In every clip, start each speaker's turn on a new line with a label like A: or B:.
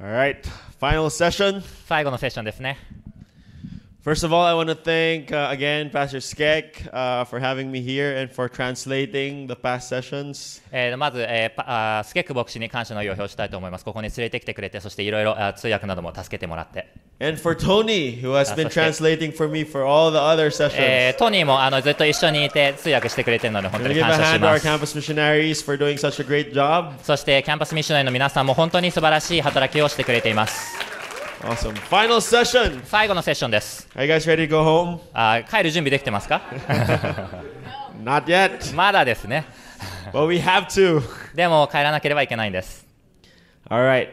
A: All right, final session.
B: 最後のセッションですね。
A: First of all, I want to thank uh, again Pastor Skek uh, for having me here and for translating the past sessions.
B: えーまず、えーパあースケック牧師に感謝の意を表したいと思います。ここに連れてきてくれて、そしていろいろあー通訳なども助けてもらって。
A: And for Tony, who has been
B: Pastor Skek. Eh,
A: translating for me for all the other sessions.
B: えートニーもあのずっと一緒にいて通訳してくれてるので本当
A: Gonna
B: に
A: give a
B: 感謝し
A: hand to
B: ま
A: our
B: す。
A: campus missionaries for doing such a great job.
B: そしてキャンパスミッショナリーの皆さんも本当に素晴らしい働きをしてくれています。
A: Awesome. Final session.
B: 最後のセッションです。
A: Are you guys ready to go home?
B: あー帰る準備できてま すか
A: Not yet,
B: まだですね。
A: but we have to.
B: でも帰らなければいけないんです。
A: All right.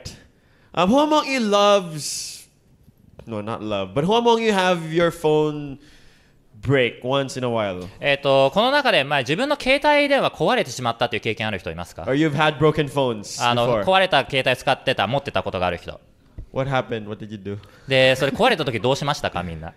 A: Um, who among you loves? No, not love, but who among you have your phone break once in a while,
B: えっ、と、この中で、まあ、自分の携帯電話壊れてしまったという経験ある人いますか
A: or you've had broken phones
B: あ
A: before?
B: の壊れた携帯使ってた、持ってたことがある人。
A: What happened? What did you do?
B: で、それ壊れた時どうしましたか、みんな。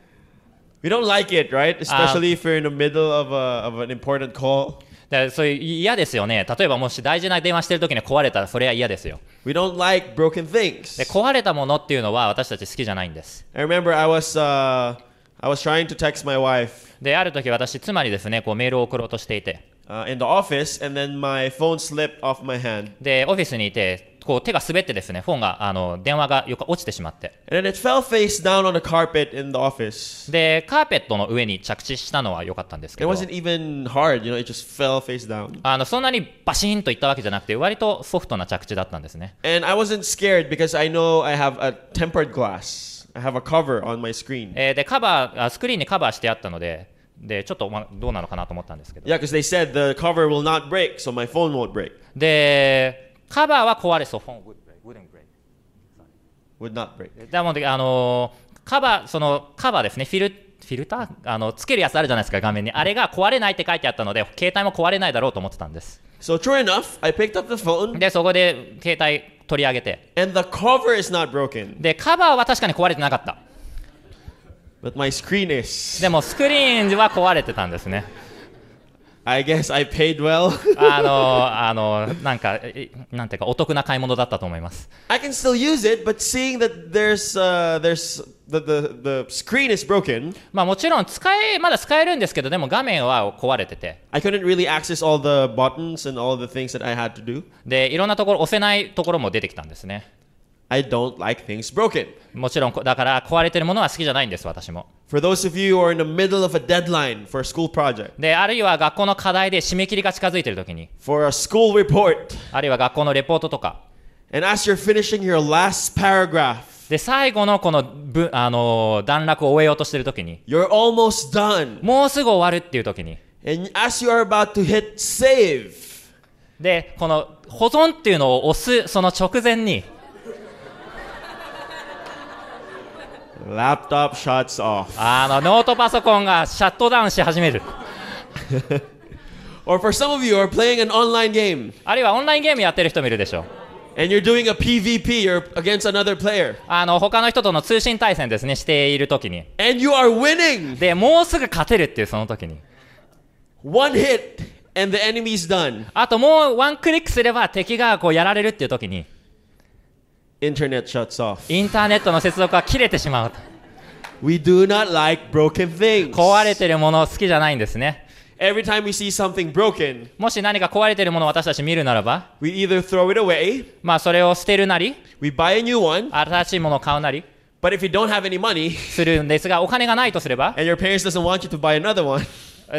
A: We don't like it, right? Especially if you're in the middle of a of an important call.
B: でそういう嫌ですよね。例えば、もし大事な電話してる時に壊れたら、それは嫌ですよ。
A: We don't like broken things.
B: で、壊れたものっていうのは私たち好きじゃないんです。
A: I remember I was uh, I was trying to text my wife
B: で、ある時私、つまりですね、こうメールを送ろうとしていて、
A: uh, in the office, and then my phone slipped off my hand,
B: で、オフィスにいて、こう手が滑ってですね、フォンが、あの、電話がよく落ちてしまって。
A: and then it fell face down on the carpet in the office.
B: で、カーペットの上に着地したのは良かったんですけ
A: It
B: ど、
A: wasn't even hard, you know. It just fell face down,
B: あの、そんなにバシーンといったわけじゃなくて、割とソフトな着地だったんですね。
A: and I wasn't scared because I know I have a tempered glass. I have a cover on my screen.
B: えーで、カバーあ、スクリーンにカバーしてあったので、で、ちょっと、ま、どうなのかなと思ったんですけど。
A: Yeah, because they said the cover will not break, so my phone won't break.
B: で、カバーは壊れそう。フォン would break, wouldn't break.
A: Would not break.
B: なので、あのーカバー、その、カバーですね、フィル、フィルターあの、つけるやつあるじゃないですか、画面に。あれが壊れないって書いてあったので、携帯も壊れないだろうと思ってたんです。
A: So true enough, I picked up the phone,
B: で、そこで、携帯取り上げて。
A: and the cover is not broken,
B: で、カバーは確かに壊れてなかった。
A: but my screen is.
B: でも、スクリーンは壊れてたんですね。
A: I guess I paid well.
B: あのー、あのー、なんか、えなんていうか、お得な買い物だったと思います。
A: I can still use it, but seeing that there's uh, there's the, the the screen is broken,
B: まあもちろん使え、まだ使えるんですけど、でも画面は壊れてて。
A: I couldn't really access all the buttons and all the things that I had to do.
B: で、いろんなところ、押せないところも出てきたんですね。
A: I don't like things broken.
B: もちろんこ、だから壊れてるものは好きじゃないんです、私も。
A: For those of you who are in the middle of a deadline for a school project,
B: で、あるいは学校の課題で締め切りが近づいてるときに、
A: for a school report,
B: あるいは学校のレポートとか、
A: and as you're finishing your last paragraph,
B: で、最後のこのぶ、あのー段落を終えようとしてるときに、
A: you're almost done,
B: もうすぐ終わるっていうときに、
A: and as you are about to hit save,
B: で、この保存っていうのを押す、その直前に、
A: laptop shuts off.
B: あの、ノートパソコンがシャットダウンし始める。
A: Or for some of you who are playing an online game
B: あるいはオンラインゲームやってる人もいるでしょう。
A: and you're doing a PvP, you're against another player,
B: あの、他の人との通信対戦ですね、しているときに。
A: and you are winning.
B: で、もうすぐ勝てるっていうその時に。
A: One hit and the enemy's done.
B: あともうワンクリックすれば敵がこうやられるっていう時に、
A: Internet shuts off.
B: インターネットの接続が切れてしまうと。
A: We do not like broken things.
B: 壊れてるもの好きじゃないんですね。
A: Every time we see something broken,
B: もし何か壊れてるものを私たち見るならば、
A: we either throw it away,
B: まあそれを捨てるなり、
A: we buy a new one,
B: 新しいものを買うなり
A: but if you don't have any money
B: するんですが、お金がないとすれば、
A: and your parents doesn't want you to buy another one,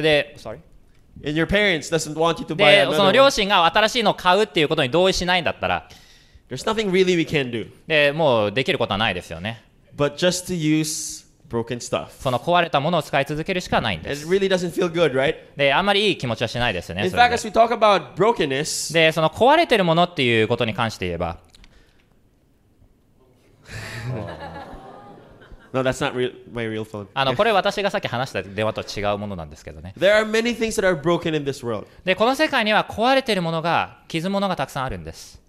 B: で、
A: and your parents doesn't want you to buy
B: で、その
A: another
B: 両
A: one,
B: 親が新しいのを買うっていうことに同意しないんだったら、
A: there's nothing really we can do
B: で、もうできることはないですよね。
A: but just to use broken stuff.
B: その壊れたものを使い続けるしかないんで
A: It
B: す。
A: really doesn't feel good, right?
B: で、あんまりいい気持ちはしないですよね。
A: In
B: それ
A: fact,
B: で
A: as we talk about brokenness,
B: で、その壊れてるものっていうことに関して言えば、
A: no, that's not real, my real phone.
B: あの、これ私がさっき話した電話と違うものなんですけどね。
A: There are many things that are broken in this world.
B: で、この世界には壊れてるものが、傷物がたくさんあるんです。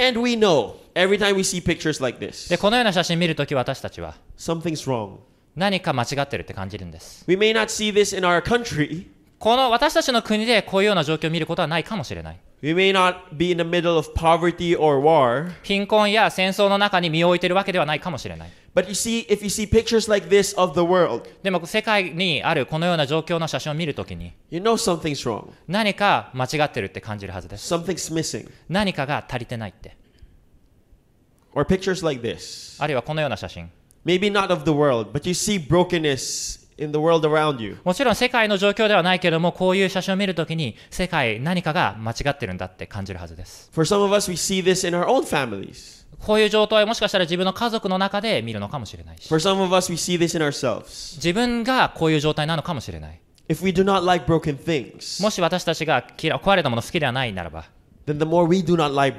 A: And we know every time we see pictures like this,
B: で、このような写真見るとき私たちは、
A: something's wrong.
B: 何か間違ってるって感じるんです。
A: We may not see this in our country,
B: この私たちの国でこういうような状況を見ることはないかもしれない。
A: We may not be in the middle of poverty or war,
B: 貧困や戦争の中に身を置いているわけではないかもしれない。
A: but you see, if you see pictures like this of the world,
B: でも世界にあるこのような状況の写真を見るときに
A: you know something's wrong.
B: 何か間違ってるって感じるはずです。
A: Something's missing.
B: 何かが足りてないって。
A: Or pictures like this.
B: あるいはこのような写真。
A: Maybe not of the world, but you see brokenness in the world around you.
B: もちろん世界の状況ではないけれどもこういう写真を見るときに世界何かが間違ってるんだって感じるはずです。
A: For some of us, we see this in our own families.
B: こういう状態をもしかしたら自分の家族の中で見るのかもしれないし
A: For some of us, we see this in ourselves.
B: 自分がこういう状態なのかもしれない。
A: If we do not like broken things,
B: もし私たちが嫌い壊れたもの好きではないならば
A: then the more we do not like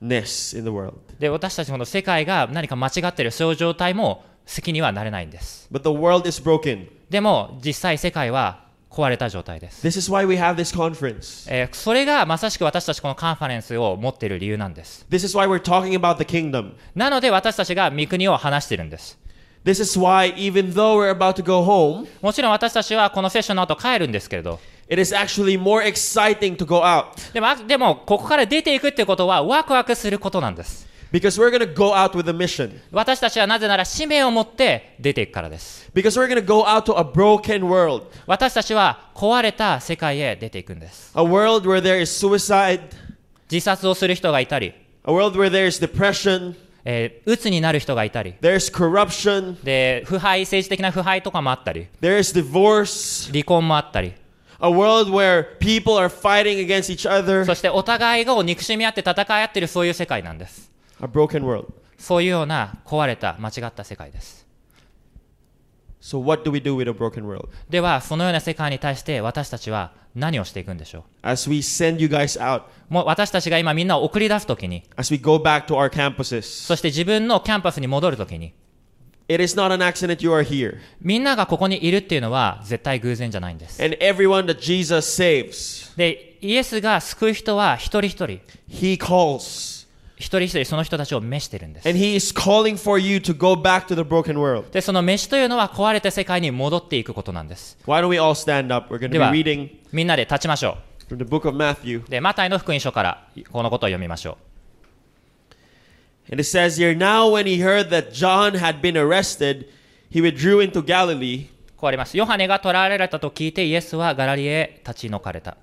A: brokenness in the world.
B: で私たちの世界が何か間違ってるそういう状態も好きにはなれないんです
A: But the world is broken.
B: でも実際世界は壊れた状態です、
A: This is why we have this conference.
B: えーそれがまさしく私たちこのカンファレンスを持っている理由なんです
A: This is why we're talking about the kingdom.
B: なので私たちが御国を話しているんです
A: This is why, even though we're about to go home,
B: もちろん私たちはこのセッションの後帰るんですけれど
A: it is actually more exciting to go out
B: でもあでもここから出ていくってことはワクワクすることなんです
A: because we're going to go out with a mission.
B: 私たちはなぜなら使命を持って出ていくからです
A: Because we're going to go out to a broken world,
B: 私たちは壊れた世界へ出ていくんです
A: a world where there is suicide,
B: 自殺をする人がいたり
A: a world where there is depression,
B: えー、鬱になる人がいたり、
A: there's corruption,
B: で、腐敗、政治的な腐敗とかもあったり、
A: there is divorce,
B: 離婚もあったり、
A: a world where people are fighting against each other,
B: そしてお互いが憎しみ合って戦い合ってるそういう世界なんです。
A: a broken world.
B: そういうような壊れた、間違った世界です。
A: So, what do we do with a broken world?
B: では、そのような世界に対して私たちは何をしていくんでしょ
A: As we send you guys out,
B: うもう私たちが今みんなを送り出すときに、
A: as we go back to our campuses,
B: そして自分のキャンパスに戻るときに、
A: it is not an accident you are here.
B: みんながここにいるっていうのは絶対偶然じゃないんです。
A: And everyone that Jesus saves,
B: で、イエスが救う人は一人一人、
A: He calls.
B: 一人一人その人たちを召してるんです。
A: And He is calling for you to go back to the broken world.
B: で、その飯というのは壊れた世界に戻っていくことなんです。
A: Why don't we all stand up? We're going to
B: では
A: be reading
B: みんなで立ちましょ
A: from the book of Matthew.
B: う。で、マタイの福音書からこのことを読みましょ
A: And it says here Now, when he heard that John had been arrested, he withdrew into Galilee.
B: う。こうあります。ヨハネが捕らえられたと聞いてイエスはガラリへ立ち退かれた。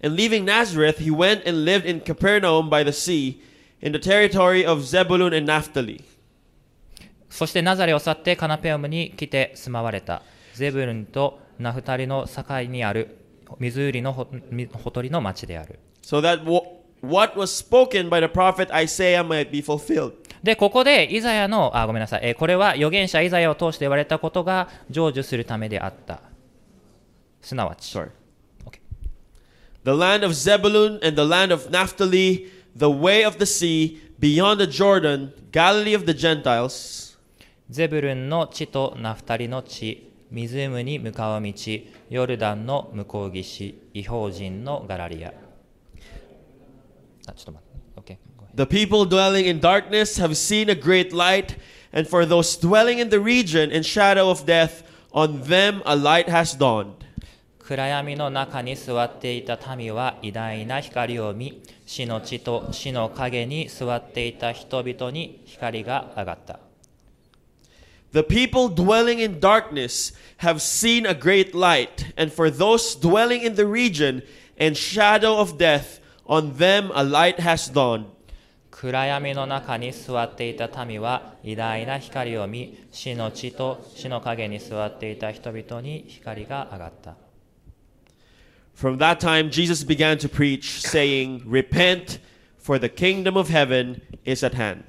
A: And leaving Nazareth, he went and lived in Capernaum by the sea, in the territory of Zebulun and Naphtali,
B: そしてナザレを去ってカナペウムに来て住まわれた。ゼブルンとナフタリの境にある水売りのほみほとりの町である。
A: so that w- what was spoken by the prophet Isaiah might be fulfilled.
B: で、ここでイザヤの、あ、ごめんなさい。えーこれは預言者イザヤを通して言われたことが成就するためであった。すなわち。
A: Sorry.
B: OK
A: The land of Zebulun and the land of Naphtali, the way of the sea, beyond the Jordan, Galilee of the Gentiles.
B: ゼブルンの地とナフタリの地、湖に向かう道、ヨルダンの向こう岸、異邦人のガラリア。あ、ちょっと待って。OK。ごめん
A: The people dwelling in darkness have seen a great light, and for those dwelling in the region and shadow of death, on them a light has dawned.
B: 暗闇の中に座っていた民は偉大な光を見、死の地と死の影に座っていた人々に光が上がった。
A: The people dwelling in darkness have seen a great light, and for those dwelling in the region and shadow of death, on them a light has dawned.
B: 暗闇の中に座っていた民は偉大な光を見、死の地と死の影に座っていた人々に光が上がった。
A: From that time, Jesus began to preach, saying, Repent, for the kingdom of heaven is at hand.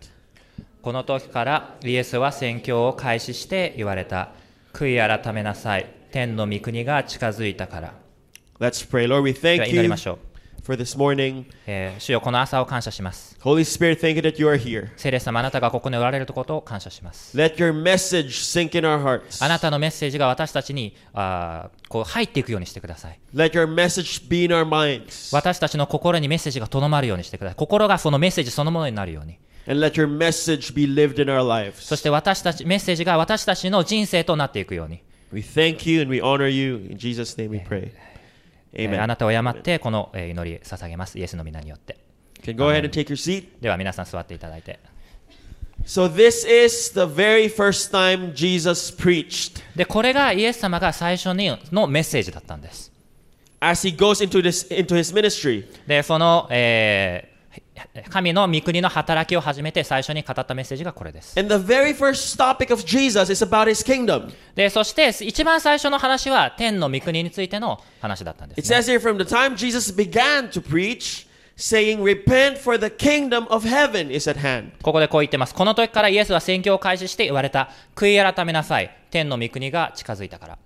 B: この時からイエスは宣教を開始して言われた。悔い改めなさい。天の御国が近づいたから。
A: Let's pray. Lord, we
B: では
A: thank
B: 祈り
A: you
B: ましょう。
A: for this morning.
B: えー主よこの朝を感謝します。
A: Holy Spirit, thank you that you are here.
B: 聖霊様、あなたがここにおられることを感謝します。
A: Let your message sink in our hearts.
B: あなたのメッセージが私たちにあーこう入っていくようにしてください。
A: Let your message be in our minds.
B: 私たちの心にメッセージがとどまるようにしてください。心がそのメッセージそのものになるように。
A: And let your message be lived in our
B: そ
A: lives.
B: して私たち、メッセージが私たちの人生となっていくように。
A: We thank you and we honor you. In Jesus' name we pray.
B: えーあ
A: Amen.
B: なたを謝ってこのえー祈り捧げますイエスの皆によって
A: Can go ahead and take your seat.
B: では皆さん座っていただいて
A: So this is the very first time Jesus preached.
B: でこれがイエス様が最初にのメッセージだったんです
A: As he goes into this into his ministry,
B: でその、えー神の御国の働きを始めて最初に語ったメッセージがこれです
A: and the very first topic of Jesus is about his kingdom.
B: でそして一番最初の話は天の御国についての話だったんで
A: It
B: す、ね、
A: says here from the time Jesus began to preach, saying, "Repent, for the kingdom of heaven is at hand."
B: ここでこう言ってますこの時からイエスは宣教を開始して言われた悔い改めなさい天の御国が近づいたから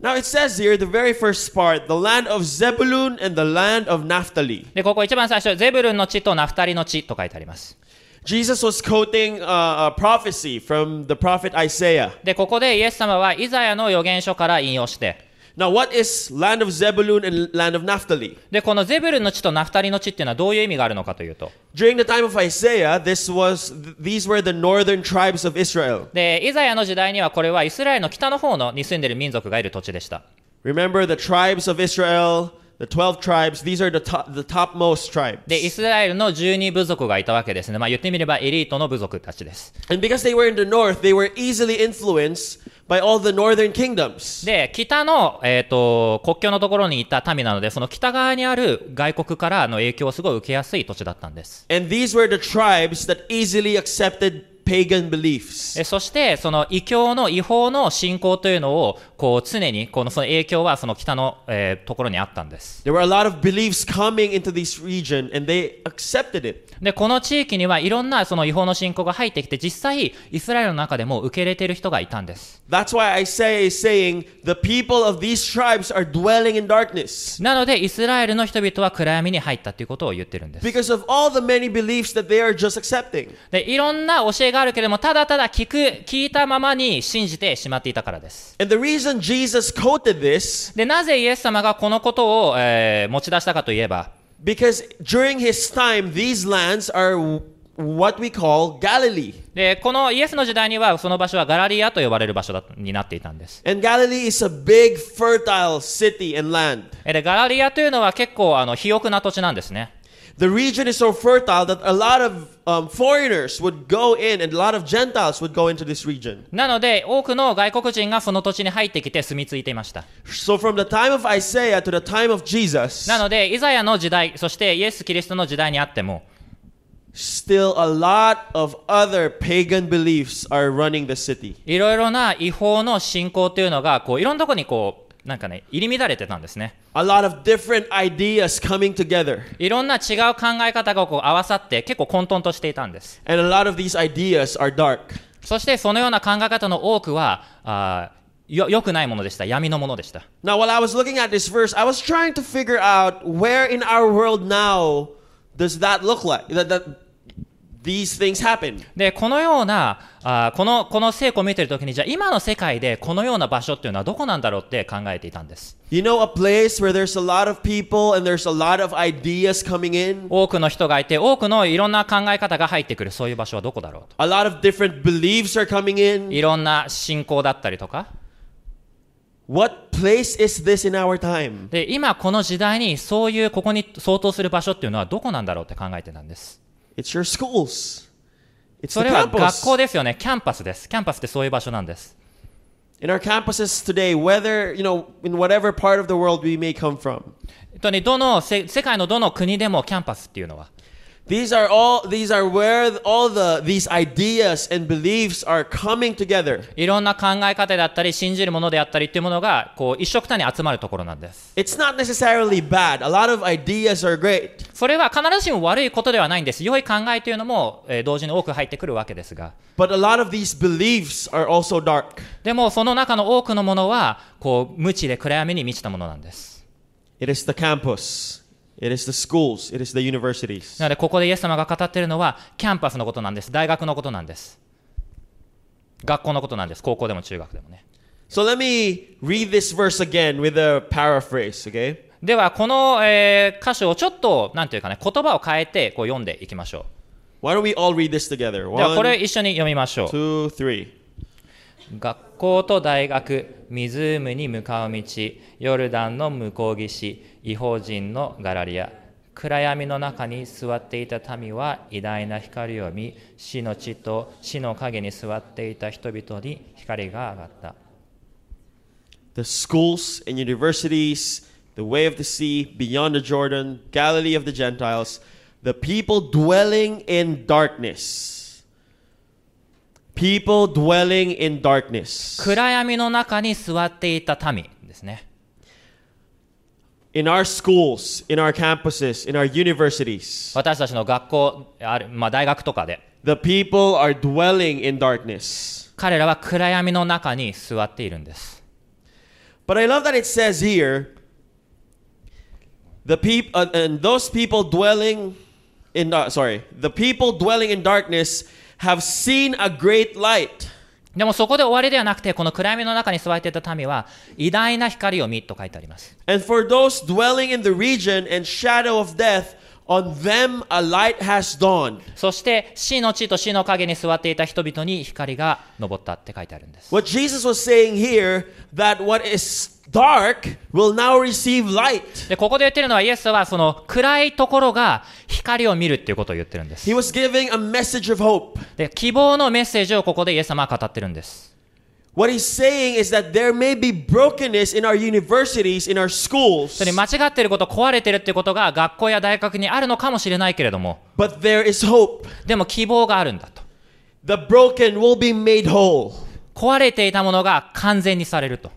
A: Now it says here the very first part, the land of Zebulun and the land of Naphtali.
B: でここ一番最初ゼブルンの地とナフタリの地と書いてあります
A: Jesus was quoting uh, a prophecy from the prophet Isaiah.
B: でここでイエス様はイザヤの預言書から引用して
A: Now, what is land of Zebulun and land of Naphtali?
B: でこのゼブルンの地とナフタリの地っていうのはどういう意味があるのかというと
A: During the time of Isaiah, this was th- these were the northern tribes of Israel.
B: でイザヤの時代にはこれはイスラエルの北の方のに住んでいる民族がいる土地でした
A: Remember the tribes of Israel, the 12 tribes, these are the top, the topmost
B: でイ
A: tribes.
B: スラエルの12部族がいたわけですね、まあ、言ってみればエリートの部族たちです
A: And because they were in the north, they were easily influenced by all the northern kingdoms.
B: で北の、えー、と国境のところにいた民なのでその北側にある外国からの影響をすごい受けやすい土地だったんです
A: And these were the tribes that easily accepted pagan beliefs.
B: えそしてその異教の違法の信仰というのをこう常にこのその影響はその北の、えーところにあったんです
A: There were a lot of beliefs coming into this region and they accepted it.
B: でこの地域にはいろんなその違法の信仰が入ってきて実際イスラエルの中でも受け入れている人がいたんです
A: That's why Isaiah is saying the people of these tribes are dwelling in darkness
B: なのでイスラエルの人々は暗闇に入ったということを言ってるんです。
A: because of all the many beliefs that they are just accepting.
B: でいろんな教えがあるけれどもただただ聞く聞いたままに信じてしまっていたからです。
A: And the reason Jesus quoted this
B: でなぜイエス様がこのことを、えー持ち出したかといえば
A: because during his time these lands are w- what we call Galilee.
B: でこのイエスの時代にはその場所はガラリアと呼ばれる場所だになっていたんです。
A: And Galilee is a big fertile city and land.
B: えでガラリアというのは結構あの肥沃な土地なんですね。
A: The region is so fertile that a lot of um, foreigners would go in and a lot of Gentiles would go into this region.
B: なので多くの外国人がその土地に入ってきて住み着いていました。
A: So from the time of Isaiah to the time of Jesus,
B: なのでイザヤの時代そしてイエス・キリストの時代にあっても
A: still a lot of other pagan beliefs are running the city.
B: いろいろな違法の信仰というのがこういろんなとこにこうなんかね入り乱れてたんですね
A: A lot of different ideas coming together.
B: いろんな違う考え方がこう合わさって結構混沌としていたんです
A: And a lot of these ideas are dark.
B: そしてそのような考え方の多くはあーよ良くないものでした闇のものでした
A: Now, while I was looking at this verse, I was trying to figure out where in our world now does that look like? That, that these things happen.
B: でこのようなあーこのこの聖句を見てる時にじゃあ今の世界でこのような場所っていうのはどこなんだろうって考えていたんです
A: You know, a place where there's a lot of people and there's a lot of ideas coming in,
B: 多くの人がいて多くのいろんな考え方が入ってくるそういう場所はどこだろうと
A: a lot of different beliefs are coming in.
B: いろんな信仰だったりとか
A: What place is this in our time?
B: で今この時代にそういうここに相当する場所っていうのはどこなんだろうって考えてたんです
A: It's your schools. It's
B: そ
A: the
B: れは学
A: campus.
B: 校ですよねキャンパスですキャンパスってそういう場所なんです
A: In our campuses today, whether, you know, in whatever part of the world we may come from.
B: 本当にどのせ世界のどの国でもキャンパスっていうのは
A: These are all these are where all the these ideas and beliefs are coming together.
B: いろんな考え方だったり信じるものであったりっていうものがこう一緒くたに集まるところなんです
A: It's not necessarily bad. A lot of ideas are great.
B: それは必ずしも悪いことではないんです良い考えというのも、えー同時に多く入ってくるわけですが
A: But a lot of these beliefs are also dark.
B: でもその中の多くのものはこう無知で暗闇に満ちたものなんです
A: It is the campus. It is the schools. It is the universities.
B: なのでここでイエス様が語っているのはキャンパスのことなんです大学のことなんです学校のことなんです高校でも中学でもね
A: So let me read this verse again with a paraphrase, okay?
B: ではこの、えー箇所をちょっとなんていうかね言葉を変えてこう読んでいきましょ
A: Why don't we all read this together?
B: うではこれ
A: One,
B: 一緒に読みましょう
A: two, three.
B: 学校と大学、湖に向かう道、ヨルダンの向こう岸、異邦人のガラリア。暗闇の中に座っていた民は偉大な光を見、死の地と死の影に座っていた人々に光が上がった。
A: The schools and universities, the way of the sea, beyond the Jordan, Galilee of the Gentiles, the people dwelling in darkness. People dwelling in darkness.
B: 暗闇の中に座っていた民ですね。
A: In our schools, in our campuses, in our universities,
B: 私たちの学校、あるまあ、大学とかで、
A: the people are dwelling in darkness.
B: 彼らは暗闇の中に座っているんです。
A: But I love that it says here the peop- uh, and those people dwelling in dar- sorry, the people dwelling in darkness have seen a great light.
B: でもそこで終わりではなくて、この暗闇の中に座っていた民は、偉大な光を見と書いてあります。
A: And for those dwelling in the region and shadow of death, on them a light has dawned.
B: そして、死の地と死の影に座っていた人々に光が昇ったって書いてあるんです。
A: What Jesus was saying here that what is dark will now receive light.
B: で、ここで言ってるのは、イエスはその暗いところが光を見るっていうことを言ってるんです
A: He。was giving a message of hope.
B: で、希望のメッセージをここでイエス様は語ってるんです。
A: What he's saying is that there may be brokenness in our universities, in our schools.
B: それに間違っていること壊れてるってことが学校や大学にあるのかもしれないけれども
A: But there is hope.
B: でも希望があるんだと
A: The broken will be made whole.
B: 壊れていたものが完全にされると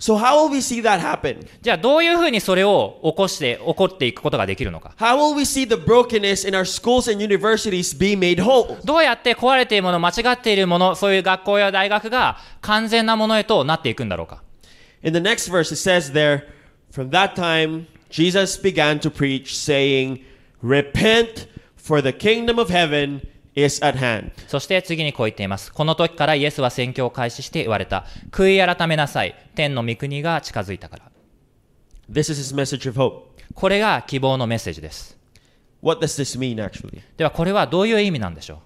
A: So how will we see that happen?
B: じゃあどういうふうにそれを起こして起こっていくことができるのか
A: How will we see the brokenness in our schools and universities be made whole?
B: どうやって壊れているもの間違っているものそういう学校や大学が完全なものへとなっていくんだろうか
A: In the next verse it says there, from that time Jesus began to preach saying, "Repent, for the kingdom of heaven is at hand."
B: そして次にこう言っていますこの時からイエスは宣教を開始して言われた悔い改めなさい天の御国が近づいたから
A: This is his message of hope.
B: これが希望のメッセージです
A: What does this mean actually?
B: ではこれはどういう意味なんでしょう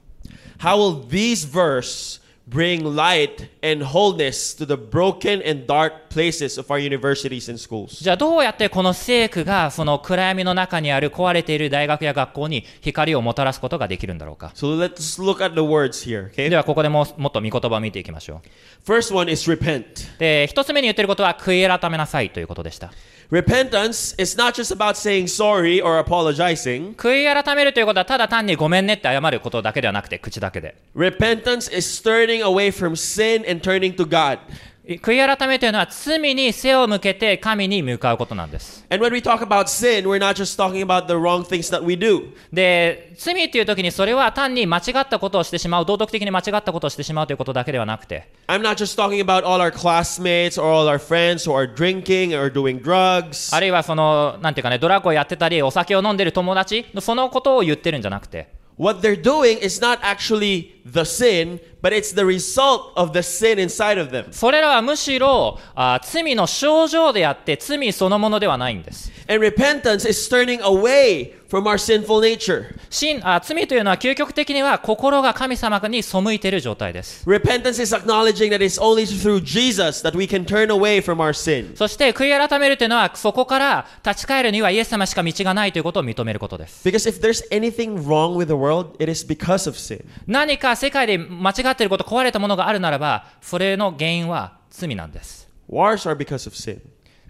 A: How will these verse bring light and wholeness to the broken and dark places of our universities and schools?
B: じゃあどうやってこの聖句がその暗闇の中にある壊れている大学や学校に光をもたらすことができるんだろうか
A: So let's look at the words here,
B: で
A: okay?
B: はここでもうもっと見言葉を見ていきましょ
A: First one is repent.
B: うで一つ目に言ってることは悔い改めなさいということでした
A: Repentance is not just about saying sorry or apologizing.
B: 悔い改めるということはただ単にごめんねって謝ることだけではなくて口だけで
A: Repentance is turning away from sin and turning to God.
B: 悔い改めというのは罪に背を向けて神に向かうことなんです
A: And when we talk about sin, we're not just talking about the wrong things that we do.
B: で罪っていう時にそれは単に間違ったことをしてしまう道徳的に間違ったことをしてしまうということだけではなくて
A: I'm not just talking about all our classmates or all our friends who are drinking or doing drugs.
B: あるいはその、なんていうかね、ドラッグをやってたり、お酒を飲んでる友達のそのことを言ってるんじゃなくて、
A: What they're doing is not actually the sin, but it's the result of the sin inside of them.
B: それらはむしろ、あー罪の症状であって、罪そのものではないんです。
A: And repentance is turning away from our sinful nature.
B: 真あー罪というのは究極的には心が神様に背いてる状態です。
A: Repentance is acknowledging that it's only through Jesus that we can turn away from our sin.
B: そして、悔い改めるというのは、そこから立ち返るにはイエス様しか道がないということを認めることです。
A: Because if there's anything wrong with the world, it is because of sin.
B: 何か世界で間違っていること、壊れたものがあるならば、それの原因は罪なんです。
A: Wars are because of sin.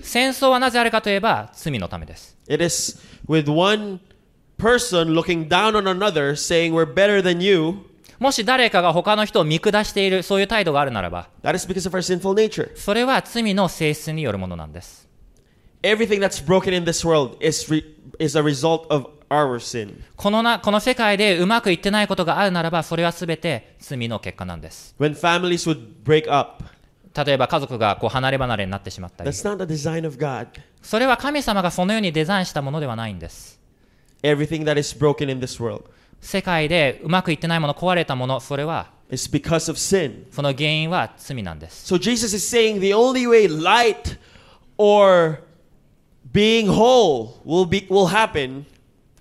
B: 戦争はなぜあるかといえば、罪のためです。
A: It is with one person looking down on another, saying we're better than you.
B: もし誰かが他の人を見下している、そういう態度があるならば、
A: That is because of our sinful nature.
B: それは罪の性質によるものなんです。
A: Everything that's broken in this world is re- is a result of our sin.
B: このな、この世界でうまくいってないことがあるならば、それは全て罪の結果なんです。
A: When families would break up,
B: 例えば家族がこう離れ離れになってしまったり、
A: that's not the design of God.
B: それは神様がそのようにデザインしたものではないんです。
A: Everything that is broken in this world
B: 世界でうまくいってないもの、壊れたもの、それは、
A: is because of sin.
B: その原因は罪なんです。
A: So Jesus is saying the only way light or being whole will be will happen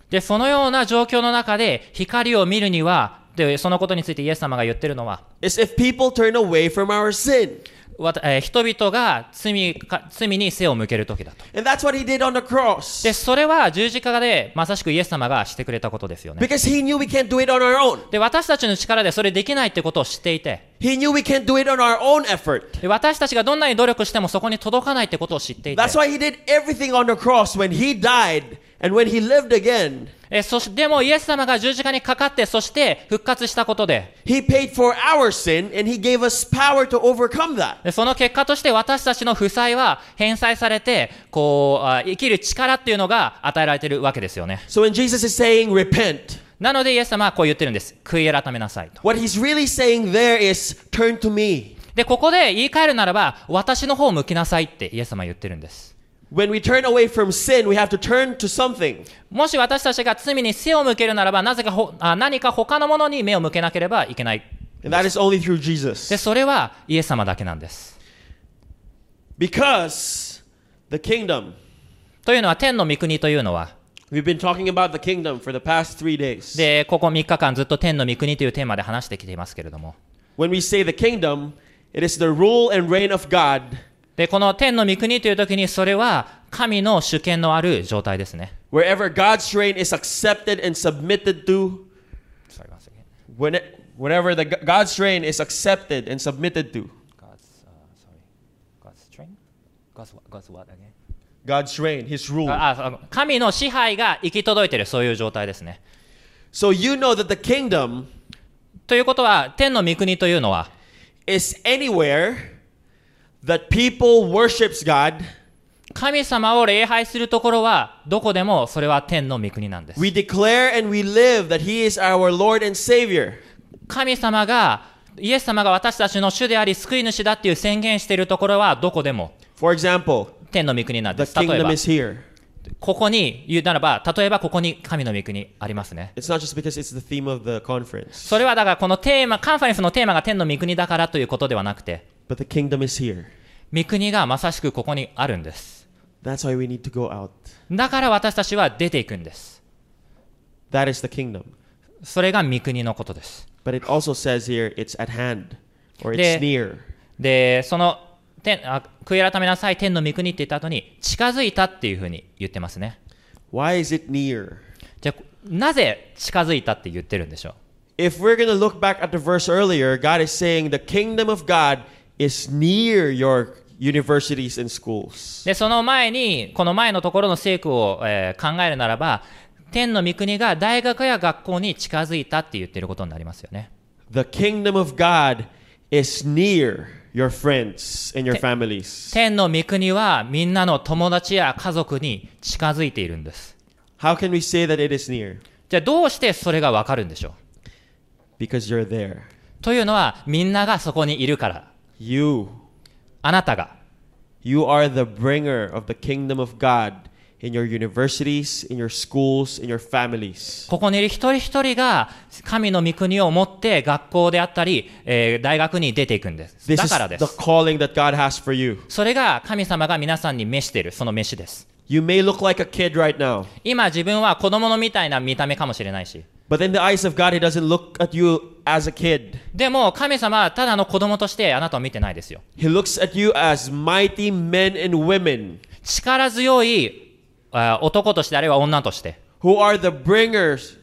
B: で、そのような状況の中で光を見るにはでそのことについてイエス様が言ってるのは
A: is if people turn away from our sin.
B: わたえー人々が罪か罪に背を向ける時だと
A: And that's what he did on the cross.
B: でそれは十字架でまさしくイエス様がしてくれたことですよね
A: Because he knew we can't do it on our own.
B: で私たちの力でそれできないってことを知っていて
A: He knew we can't do it on our own effort.
B: で私たちがどんなに努力してもそこに届かないってことを知っていて
A: That's why he did everything on the cross when he died and when he lived again.
B: えそしでもイエス様が十字架にかかってそして復活したことで
A: He paid for our sin and he gave us power to overcome that.
B: でその結果として私たちの負債は返済されてこうあ生きる力っていうのが与えられてるわけですよね
A: So when Jesus is saying repent,
B: なのでイエス様はこう言ってるんです悔い改めなさいと
A: what he's really saying there is turn to me.
B: でここで言い換えるならば私の方を向きなさいってイエス様は言ってるんです
A: When we turn away from sin, we have to turn to something.
B: もし私たちが罪に背を向けるならばなぜかほあ何か他のものに目を向けなければいけない
A: And that is only through Jesus.
B: でそれはイエス様だけなんです
A: Because the kingdom,
B: というのは天の御国というのは
A: we've been talking about the kingdom for the past three days.
B: でここ3日間ずっと天の御国というテーマで話してきていますけれども
A: When we say the kingdom, it is the rule and reign of God
B: でこの天の御国という時にそれは神の主権のある状態ですね
A: wherever God's reign is accepted and submitted to,
B: Sorry, one second.
A: when whenever the God's reign is accepted and submitted to,
B: God's, uh, sorry. God's strength? God's what- God's what again?
A: God's reign, His rule.
B: ああそう神の支配が行き届いているそういう状態ですね
A: So you know that the kingdom
B: ということは天の御国というのは
A: is anywhere that people worships God.
B: 神様を礼拝するところはどこでもそれは天の御国なんです
A: We declare and we live that He is our Lord and Savior.
B: 神様がイエス様が私たちの主であり救い主だっていう宣言しているところはどこでも
A: For example,
B: 天の御国なん
A: the
B: です例え
A: kingdom
B: ば
A: is here.
B: ここに言うならば例えばここに神の御国ありますね
A: It's not just because it's the theme of the conference,
B: それはだからこのテーマカンファレンスのテーマが天の御国だからということではなくて
A: but the kingdom is here.
B: 御国がまさしくここにあるんです
A: That's why we need to go out.
B: だから私たちは出ていくんです
A: That is the kingdom.
B: それが御国のことです
A: But it also says here it's at hand or it's
B: Yeah.
A: near.
B: でその天あ悔い改めなさい天の御国って言った後に近づいたっていうふうに言ってますね
A: Why is it near?
B: じゃあなぜ近づいたって言ってるんでしょう
A: If we're going to look back at the verse earlier, God is saying the kingdom of God is near your universities and schools.
B: でその前にこの前のところの聖句を、えー考えるならば天の御国が大学や学校に近づいたって言ってることになりますよね
A: The kingdom of God is near your friends and your families.
B: 天の御国はみんなの友達や家族に近づいているんです
A: How can we say that it is near?
B: じゃあどうしてそれがわかるんでしょう
A: Because you're there.
B: というのはみんながそこにいるから
A: You
B: あなたが
A: You are the bringer of the kingdom of God in your universities, in your schools, in your families.
B: ここにいる一人一人が神の御国を持って学校であったり、えー大学に出ていくんです。
A: This
B: だ
A: is
B: からで
A: the
B: す。
A: calling that God has for you.
B: それが神様が皆さんに召している、その召しです。
A: You may look like a kid right now,
B: 今自分は子供のみたいな見た目かもしれないし。
A: but in the eyes of God, He doesn't look at you as a kid.
B: でも神様はただの子供としてあなたを見てないですよ。
A: He looks at you as mighty men and women
B: 力強いあー男としてあるいは女として。
A: who are the bringers,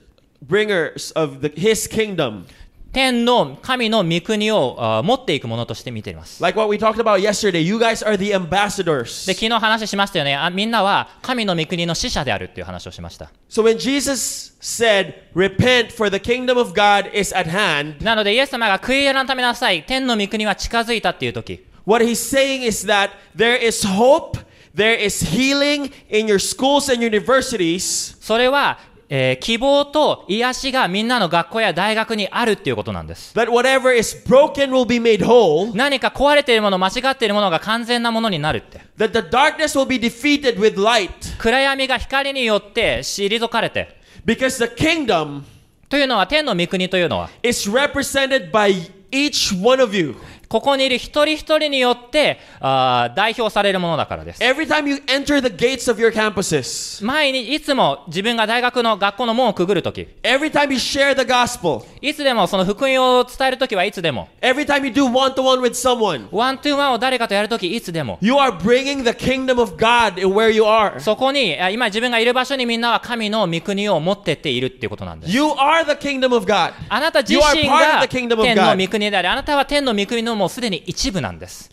A: bringers of the, His kingdom.
B: 天の神の御国をあー持っていくものとして見ています。
A: Like what we talked about yesterday, you guys are the ambassadors.
B: で、昨日話しましたよね。あみんなは神の御国の使者であるっていう話をしました。
A: So when Jesus said, Repent, for the kingdom of God is at hand.
B: なので、イエス様が悔い改めなさい、天の御国は近づいたっていう時、
A: What he's saying is that there is hope, there is healing in your schools and universities,
B: それは、えー希望と癒しがみんなの学校や大学にあるっていうことなんです。
A: that whatever is broken will be made whole,
B: 何か壊れているもの、間違っているものが完全なものになるって。
A: that the darkness will be defeated with light,
B: 暗闇が光によって退かれて。
A: because the kingdom
B: というのは、天の御国というのは、
A: is represented by each one of you.
B: ここにいる一人一人によってあー代表されるものだからです。
A: Every time you enter the gates of your campuses,
B: 毎日、いつも自分が大学の学校の門をくぐるとき、
A: every time you share the gospel,
B: いつでもその福音を伝えるときはいつでも、
A: every time you do one to one with someone,
B: ワントゥーワンを誰かとやるときいつでも、
A: you are bringing the kingdom of God in where you are.
B: そこに、あ今自分がいる場所にみんなは神の御国を持ってっているっていうことなんです。
A: You are the kingdom of God.
B: あなた自身
A: You are part
B: が
A: of the kingdom of
B: 天
A: God.
B: の御国であり、あなたは天の御国のもうすでに一部なんです。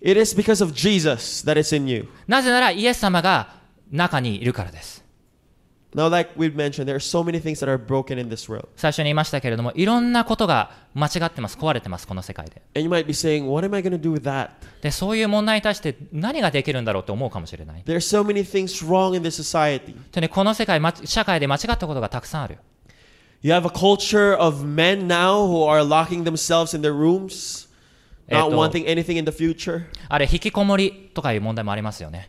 A: It is because of Jesus that it's in you.
B: なぜならイエス様が中にいるからです。
A: Now, like we've mentioned, there are so many things that are broken in this world.
B: 最初に言いましたけれども、いろんなことが間違ってます、壊れてます、この世界で。
A: And you might be saying, What am I going to do with that?
B: で、そういう問題に対して何ができるんだろうって思うかもしれない。
A: There are so many things wrong in this society.
B: でね、この世界、ま社会で間違ったことがたくさんある。
A: You have a culture of men now who are locking themselves in their rooms, not
B: Eto.
A: wanting anything in the future.
B: あれ、引きこもりとかいう問題もありますよね。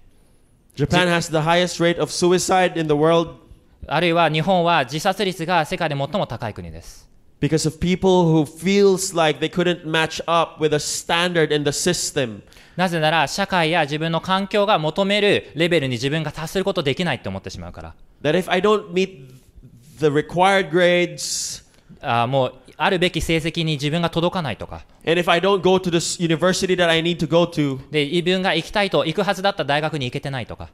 A: Japan has the highest rate of suicide in the world
B: あるいは日本は自殺率が世界で最も高い国です。
A: because of people who feels like they couldn't match up with a standard in the system.
B: なぜなら社会や自分の環境が求めるレベルに自分が達することできないって思ってしまうから
A: That if I don't meet the required grades
B: あーもうあるべき成績に自分が届かないとか
A: and if I don't go to this university that I need to go to,
B: で自分が行きたいと行くはずだった大学に行けてないとか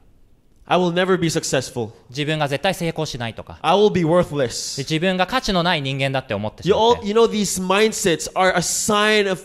A: I will never be successful.
B: 自分が絶対成功しないとか
A: I will be
B: で
A: worthless.
B: 自分が価値のない人間だって思ってし
A: You
B: まっ
A: all
B: て
A: you know these mindsets are a sign of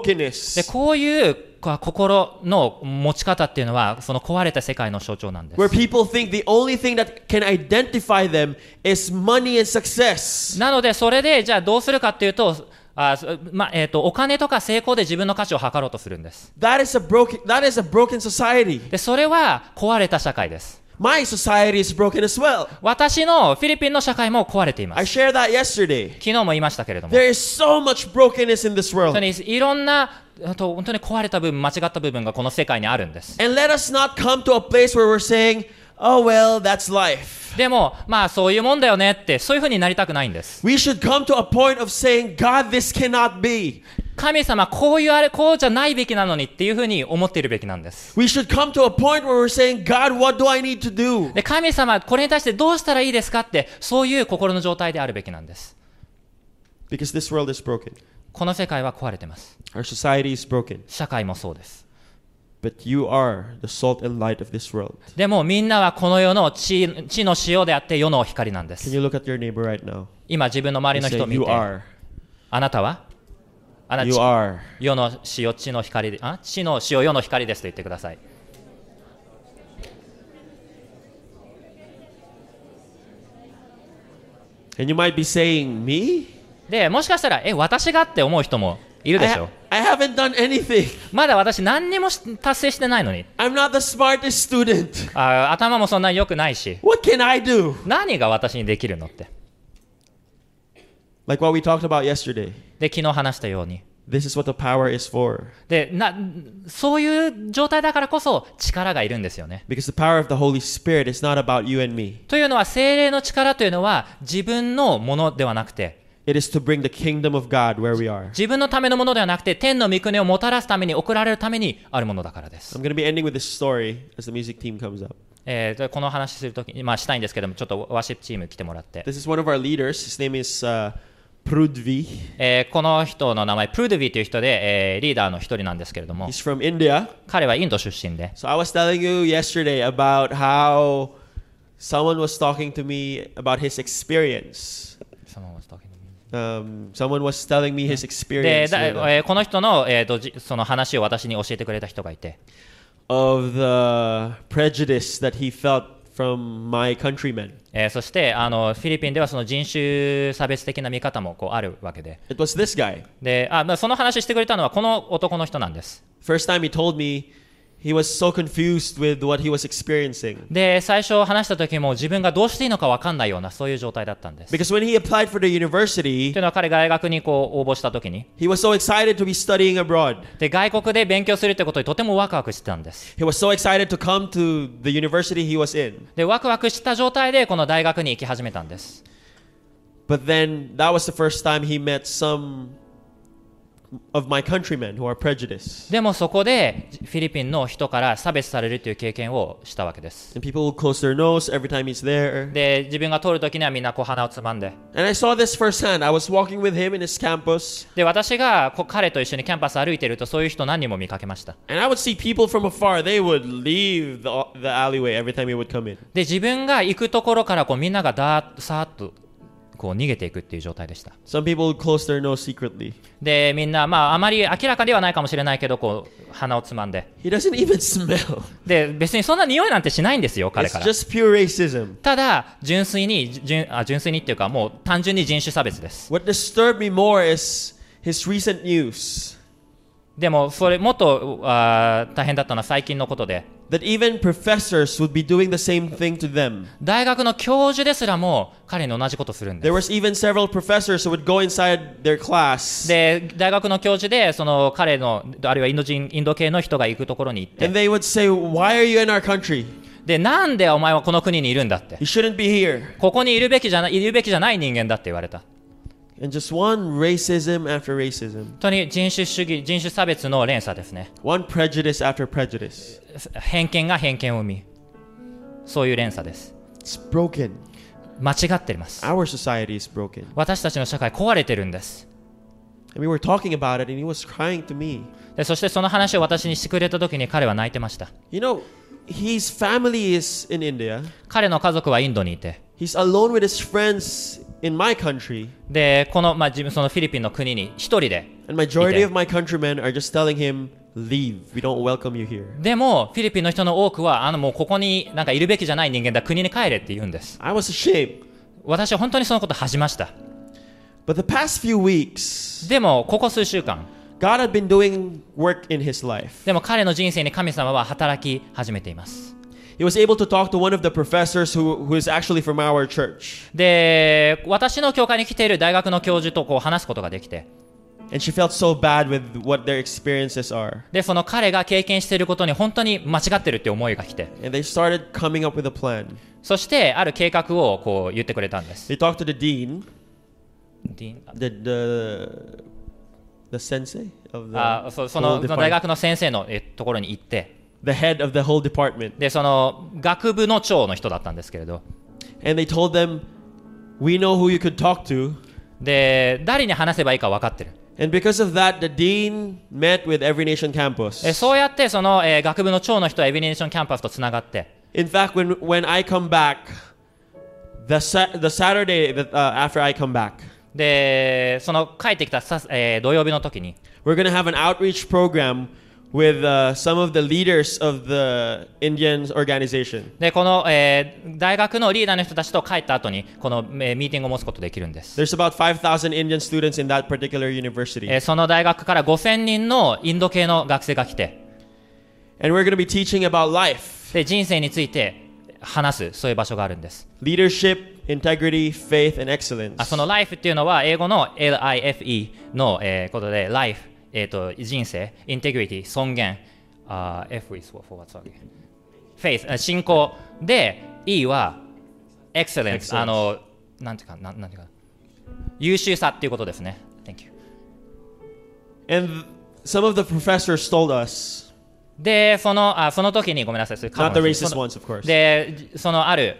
B: で
A: brokenness
B: こういうこ心の持ち方っていうのはその壊れた世界の象徴なんで
A: where
B: す
A: people think the only thing that can identify them is money and success.
B: なのでそれでじゃあどうするかっていうとあーそまえー、とお金とか成功で自分の価値を測ろうとするんです
A: That is a broken that is a broken society.
B: でそれは壊れた社会です
A: My society is broken as well.
B: 私のフィリピンの社会も壊れていま
A: I
B: す。
A: shared that yesterday.
B: 昨日も言いましたけれども、
A: There is so much brokenness in this
B: 本当
A: world.
B: にいろんな、あと本当に壊れた部分、間違った部分がこの世界にあるんです。
A: And let us not come to a place where we're saying, oh, well, that's life.
B: でも、まあそういうもんだよねって、そういうふうになりたくないんです。
A: We should come to a point of saying, God, this cannot be.
B: 神様、こういうあれ、こうじゃないべきなのにっていうふうに思っているべきなんです。
A: We should come to a point where we're saying, God, what do I need to do?
B: で、神様、これに対してどうしたらいいですかって、そういう心の状態であるべきなんです。
A: Because this world is broken.
B: この世界は壊れてます。
A: Our society is broken.
B: 社会もそうです。
A: But you are the salt and light of this world.
B: でもみんなはこの世の地地の塩であって世の光なん
A: Can
B: です。
A: you look at your neighbor right now?
B: 今自分の
A: And
B: 周りの
A: say,
B: 人を見
A: you
B: て、
A: are.
B: あなたはあな
A: You are.
B: 世の塩、地の光で、あ地の塩、世の光ですと言ってください。
A: And you might be saying, me?
B: で、もしかしたら、え、私がって思う人もいる
A: I,
B: でしょ
A: ha- I haven't done anything.
B: まだ私何にもし達成してないのに。
A: I'm not the smartest student.
B: あー頭もそんなに良くないし、
A: What can I do?
B: 何が私にできるのって。
A: Like what we talked about yesterday.
B: で、昨日話したように。
A: This is what the power is for.
B: で、な、そういう状態だからこそ力がいるんですよね。
A: Because the power of the Holy Spirit is not about you and me.
B: というのは、精霊の力というのは自分のものではなくて、
A: It is to bring the kingdom of God where we are.
B: 自分のためのものではなくて、天の御国をもたらすために送られるためにあるものだからです。
A: I'm going to be ending with this story as the music team comes up.
B: えーと、この話するときに、まあ、したいんですけども、ちょっとワーシップチーム来てもらって、
A: This is one of our leaders. His name is uh, Prudvi.
B: えーこの人の名前、プルドゥビーという人で、えーリーダーの一人なんですけれども、
A: He's from India.
B: 彼はインド出身で、
A: So I was telling you yesterday about how someone was talking to me about his experience. Um, someone was telling me his
B: で
A: experience
B: だ
A: with, uh,
B: えーこの人の,、えーとじその話を私に教えてくれた人がいて、
A: of the prejudice that he felt from my countrymen.
B: えーそしてあのフィリピンではその人種差別的な見方もこうあるわけで、
A: It was this guy.
B: であまあその話してくれたのはこの男の人なんです。
A: First time he told me, he was so confused with what he was experiencing.
B: で最初話した時も自分がどうしていいのか分かんないようなそういう状態だったんです。とい
A: Because when he applied for the
B: う
A: university,
B: のは彼が大学にこう応募した時に
A: he was so excited to be studying abroad.
B: で外国で勉強するってことにとてもワクワクしてたんです
A: He was so excited to come to the university he was in.
B: でワクワクした状態でこの大学に行き始めたんです
A: But then that was the first time he met some of my countrymen who are prejudiced.
B: でもそこでフィリピンの人から差別されるという経験をしたわけです。
A: And people will close their nose every time he's there.
B: で、自分が通るときにはみんなこう鼻をつまんで。
A: And I saw this firsthand. I was walking with him in his campus,
B: で、私がこう彼と一緒にキャンパス歩いてるとそういう人何人も見かけました。
A: and I would see people from afar. They would leave the, the alleyway every time he would come in.
B: で、自分が行くところからこうみんながだーっとさーっとこう逃げていくっていう状態でした。
A: Some people would close their nose secretly.
B: で、みんな、まああまり明らかではないかもしれないけど、こう鼻をつまんで。
A: He doesn't even smell.
B: で、別にそんな匂いなんてしないんですよ、彼
A: It's
B: から。
A: just pure racism.
B: ただ、純粋に、純あ純粋にっていうかもう単純に人種差別です。
A: What disturbed me more is his recent news
B: でもそれもっとあー大変だったのは最近のことで
A: that even professors would be doing the same thing to them.
B: 大学の教授ですらも彼に同じことするんで
A: There was even several professors who would go inside their class
B: すで大学の教授でその彼のあるいはインド人インド系の人が行くところに行って
A: and they would say, "Why are you in our country?
B: でなんでお前はこの国にいるんだって
A: You shouldn't be here."
B: ここにいるべきじゃないいるべきじゃない人間だって言われた
A: And just one racism after racism.
B: 本当に人種主義人種差別の連鎖ですね
A: One prejudice after prejudice.
B: 偏見が偏見を生みそういう連鎖です
A: It's broken.
B: 間違っています
A: Our society is broken.
B: 私たちの社会壊れてるんです
A: And we were talking about it, and he was crying to me.
B: でそしてその話を私にしてくれた時に彼は泣いてました
A: You know, his family is in India.
B: 彼の家族はインドにいて
A: He's alone with his friends in my country.
B: でこの、まあ、自分そのフィリピンの国に一人で
A: And majority
B: Okay.
A: of my countrymen are just telling him, leave. We don't welcome you here.
B: でもフィリピンの人の多くはあのもうここになんかいるべきじゃない人間だ国に帰れって言うんです
A: I was ashamed.
B: 私は本当にそのこと恥じました
A: But the past few weeks,
B: でもここ数週間
A: God had been doing work in his life.
B: でも彼の人生に神様は働き始めています
A: He was able to talk to one of the professors who, who is actually from our church.
B: で私の教会に来ている大学の教授とこう話すことができて
A: And she felt so bad with what their experiences are.
B: でその彼が経験していることに本当に間違ってるって思いが来て
A: And they started coming up with a plan.
B: そしてある計画をこう言ってくれたんです
A: They talked to the dean,
B: ディーン
A: the the, the sensei of the
B: あそそ
A: whole
B: のその大
A: depart-
B: 学の先生のえところに行って
A: the head of the whole department,
B: でその学部の長の人だったんですけれど
A: and they told them, "We know who you could talk to."
B: で誰に話せばいいか分かってる
A: And because of that, the dean met with Every Nation Campus.
B: えそうやってその、えー学部の長の人はエビネーションキャンパスとつながって
A: In fact, when when I come back, the sa- the Saturday that, uh, after I come back,
B: でその帰ってきたさ、えー土曜日の時に
A: we're gonna have an outreach program with uh, some of the leaders of the Indian organization.
B: でこの、えー大学のリーダーの人たちと帰った後にこの、えーミーティングを持つことできるんです、
A: There's about 5,000 Indian students in that particular university.
B: えーその大学から5000人のインド系の学生が来て
A: And we're going to be teaching about life,
B: で人生について話すそういう場所があるんです
A: leadership, integrity, faith, and excellence.
B: あその life っていうのは英語の LIFE の、えーことで life、えー、と人生 integrity 尊厳あー F is for for what's that faith あ信仰で E は excellence
A: Excellence
B: あのなんていうかなんなんていうか優秀さっていうことですね Thank you
A: And th- some of the professors told us,
B: でそのあその時にごめんなさいそれ
A: not the
B: そ
A: racist
B: の
A: ones, of course.
B: でそのある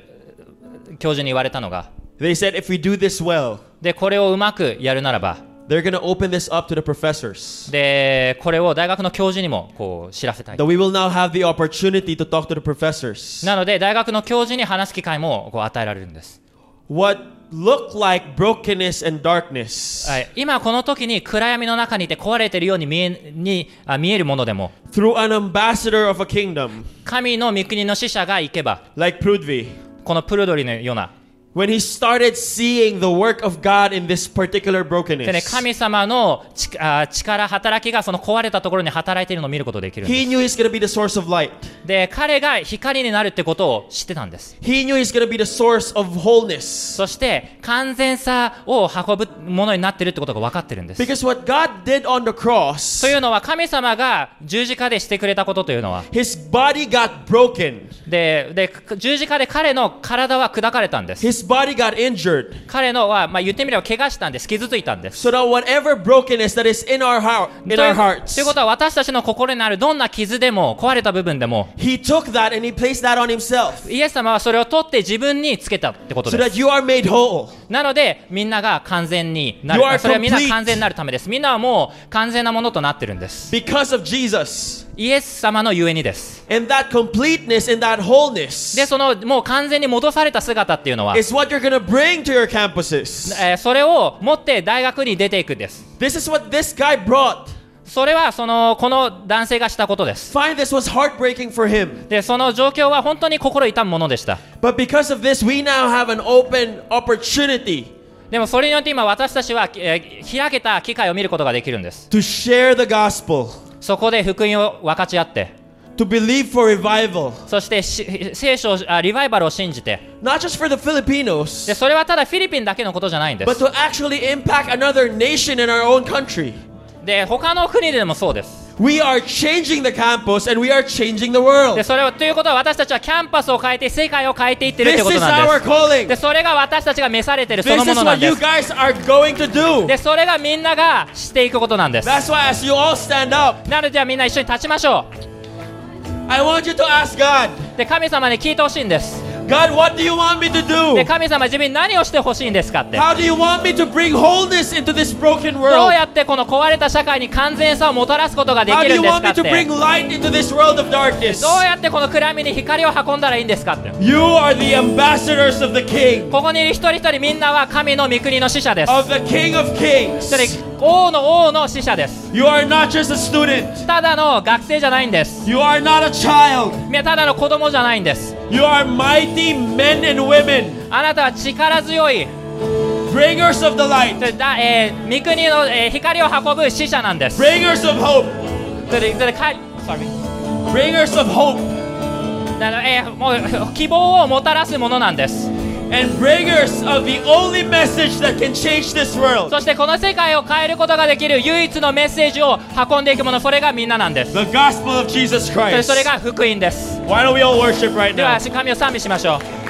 B: 教授に言われたのが
A: They said if we do this well,
B: でこれをうまくやるならば
A: they're going to open this up to the professors.
B: でこれを大学の教授にもこう知らせたい
A: That we will now have the opportunity to talk to the professors.
B: なので大学の教授に話す機会もこう与えられるんです、
A: What looked like brokenness and darkness,
B: はい、今この時に暗闇の中にいて壊れているように見えにあ見えるものでも
A: through an ambassador of a kingdom,
B: 神の御国の使者が行けば
A: like Prudvi,
B: このプルドリのような
A: when he started seeing the work of God in this particular
B: で、ね、
A: brokenness,
B: 神様のちあ力働きがその壊れたところに働いているのを見ることができるんで
A: he
B: す
A: knew he's going to be the source of light.
B: で彼が光になるってことを知ってたんです
A: He knew he's going to be the source of wholeness.
B: そして完全さを運ぶものになってるってことが分かってるんです
A: Because what God did on the cross,
B: というのは神様が十字架でしてくれたことというのは
A: his body got broken,
B: でで十字架で彼の体は砕かれたんです
A: his body got injured.
B: 彼のは、まあ、言ってみれば怪我したんです傷ついたんです
A: So that whatever brokenness that is in our heart,
B: とい
A: in our
B: う
A: hearts,
B: ということは私たちの心にあるどんな傷でも壊れた部分でも
A: He took that and He placed that on Himself,
B: イエス様はそれを取って自分につけたってこと
A: so
B: です
A: that you are made whole.
B: なのでみんなが完全になる
A: You are
B: それはみんな
A: complete.
B: 完全になるためですみんなはもう完全なものとなってるんです
A: Because of Jesus
B: イエス様のゆえにです
A: and that completeness and that wholeness
B: でそのもう完全に戻された姿っていうのは、
A: is what you're gonna bring to your campuses.
B: えーそれを持って大学に出ていくんです
A: This is what this guy brought.
B: それはそのこの男性がしたことです
A: Find this was heartbreaking for him,
B: でその状況は本当に心痛むものでした
A: but because of this, we now have an open opportunity
B: でもそれによって今私たちは、えー開けた機会を見ることができるんです
A: to share the gospel,
B: そこで福音を分かち合って
A: to believe for revival,
B: そしてし聖書をあリバイバルを信じて
A: not just for the
B: で
A: Filipinos,
B: それはただフィリピンだけのことじゃないんで
A: but
B: す
A: to actually impact another nation in our own country.
B: で他の国でもそうです
A: We are changing the campus and we are changing the
B: で
A: world.
B: それをということは私たちはキャンパスを変えて世界を変えていってるって
A: This
B: こと
A: is
B: なん
A: our
B: です
A: calling.
B: でそれが私たちが召されてるその
A: This
B: も
A: is
B: のな
A: what
B: んで
A: you
B: す
A: guys are going to do.
B: でそれがみんながしていくことなんです
A: That's why, as you all stand up,
B: なのでじゃあみんな一緒に立ちましょ
A: I want you to ask God,
B: うで神様に聞いてほしいんです
A: God, what do you want me to
B: で
A: do?
B: 神様自分に何をしてほしいんですかって
A: How do you want me to bring wholeness into this broken
B: ど
A: world?
B: うやってこの壊れた社会に完全さをもたらすことがで
A: How
B: き
A: do
B: る
A: you
B: んです
A: want
B: か
A: me
B: って
A: to
B: ど
A: bring
B: う
A: light into this world of darkness?
B: やってこの暗闇に光を運んだらいいんですかってこ
A: You are the ambassadors of the King,
B: こにいる一人一人みんなは神の御国の使者です
A: of the King of
B: それ
A: Kings.
B: 王の王の使者です
A: You are not just a student.
B: ただの学生じゃないんです
A: You are not a child.
B: いやただの子供じゃないんです
A: You are mighty men and women,
B: あなたは力強い
A: bringers of the light,
B: それだ、えー御国の、えー光を運ぶ使者なんです
A: bringers of hope,
B: それそれか sorry
A: bringers of hope,
B: あのえーもう希望をもたらすものなんです
A: and bringers of the only message that can change this world
B: そしてこの世界を変えることができる唯一のメッセージを運んでいくものそれがみんななんです
A: the gospel of Jesus
B: それ
A: Christ.
B: それが福音です
A: Why don't we all worship right
B: では
A: now?
B: 神を賛美しましょう